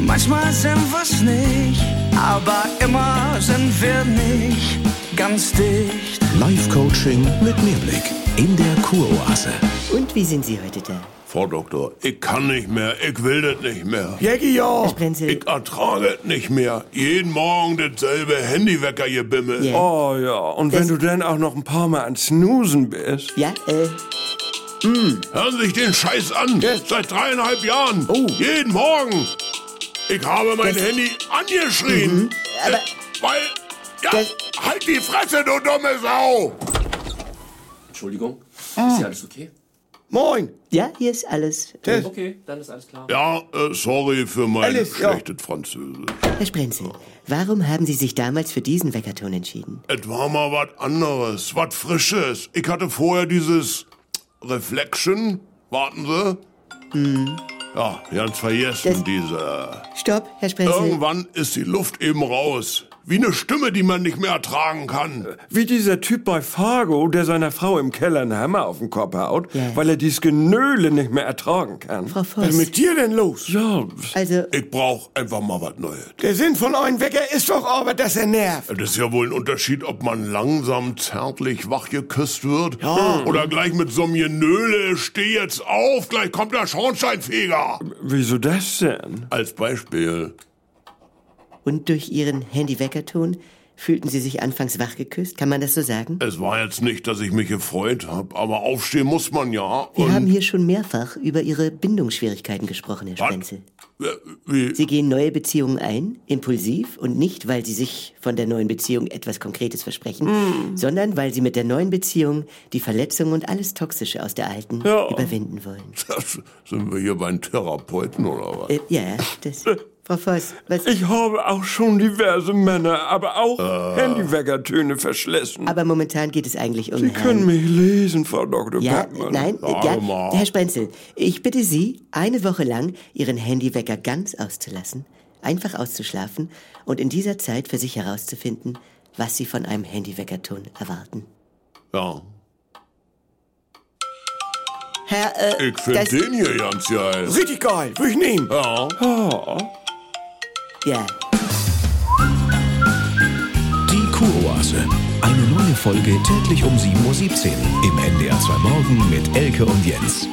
Manchmal sind wir's nicht, aber immer sind wir nicht ganz dicht. Live-Coaching mit Mehrblick in der Kuroase. Und wie sind Sie heute da? Frau Doktor, ich kann nicht mehr, ich will das nicht mehr. Jäcki, ja. Herr Sprenzel. Ich ertrage es nicht mehr. Jeden Morgen dasselbe Handywecker, ihr Bimmel. Ja. Oh ja, und wenn Das- du dann auch noch ein paar Mal ans Snoosen bist. Ja, äh, Hören Sie sich den Scheiß an. Seit dreieinhalb Jahren. Oh. Jeden Morgen. Ich habe mein Das- Handy angeschrien. aber- äh, weil, ja, Das- halt die Fresse, du dumme Sau. Entschuldigung, ist ja alles okay? Moin. ja, hier ist alles. Okay, dann ist alles klar. Ja, äh, sorry für mein Alles, ja. schlechtes Französisch. Herr Sprenzel, warum haben Sie sich damals für diesen Weckerton entschieden? Es war mal was anderes, was Frisches. Ich hatte vorher dieses Reflection. Warten Sie. Ja, ganz vergessen, Das- diese. Stopp, Herr Sprenzel. Irgendwann ist die Luft eben raus. Wie eine Stimme, die man nicht mehr ertragen kann. Wie dieser Typ bei Fargo, der seiner Frau im Keller einen Hammer auf den Kopf haut, Ja. weil er dieses Genöle nicht mehr ertragen kann. Frau Voss. Was ist mit dir denn los? Ja, Also, Ich brauch einfach mal was Neues. der Sinn von euren Wecker ist doch aber, dass er nervt. Das ist ja wohl ein Unterschied, ob man langsam zärtlich wach geküsst wird oder gleich mit so einem Genöle, steh jetzt auf, gleich kommt der Schornsteinfeger. Wieso das denn? Als Beispiel. und durch Ihren Handy-Weckerton fühlten Sie sich anfangs wachgeküsst? Kann man das so sagen? Es war jetzt nicht, dass ich mich gefreut habe, aber aufstehen muss man ja. Wir haben Und hier schon mehrfach über Ihre Bindungsschwierigkeiten gesprochen, Herr Sprenzel. Äh, wie, Sie gehen neue Beziehungen ein, impulsiv und nicht, weil Sie sich von der neuen Beziehung etwas Konkretes versprechen, sondern weil Sie mit der neuen Beziehung die Verletzungen und alles Toxische aus der alten Ja. überwinden wollen. das, sind wir hier bei einem Therapeuten oder was? Äh, ja, das. Frau Voss, was. Ich habe auch schon diverse Männer, aber auch Handyweckertöne verschlissen. aber momentan geht es eigentlich um. Sie können mich lesen, Frau Dr. ja, äh, Beckmann. nein, äh, Sag ja, mal. Herr Sprenzel, ich bitte Sie, eine Woche lang Ihren Handywecker ganz auszulassen, einfach auszuschlafen und in dieser Zeit für sich herauszufinden, was Sie von einem Handyweckerton erwarten. Ja. Herr, äh, Ich finde das- den hier ganz geil. Richtig geil, will ich nehmen. Ja. ja. Die Kuroase. Eine neue Folge täglich um 7.17 Uhr im NDR 2 Morgen mit Elke und Jens.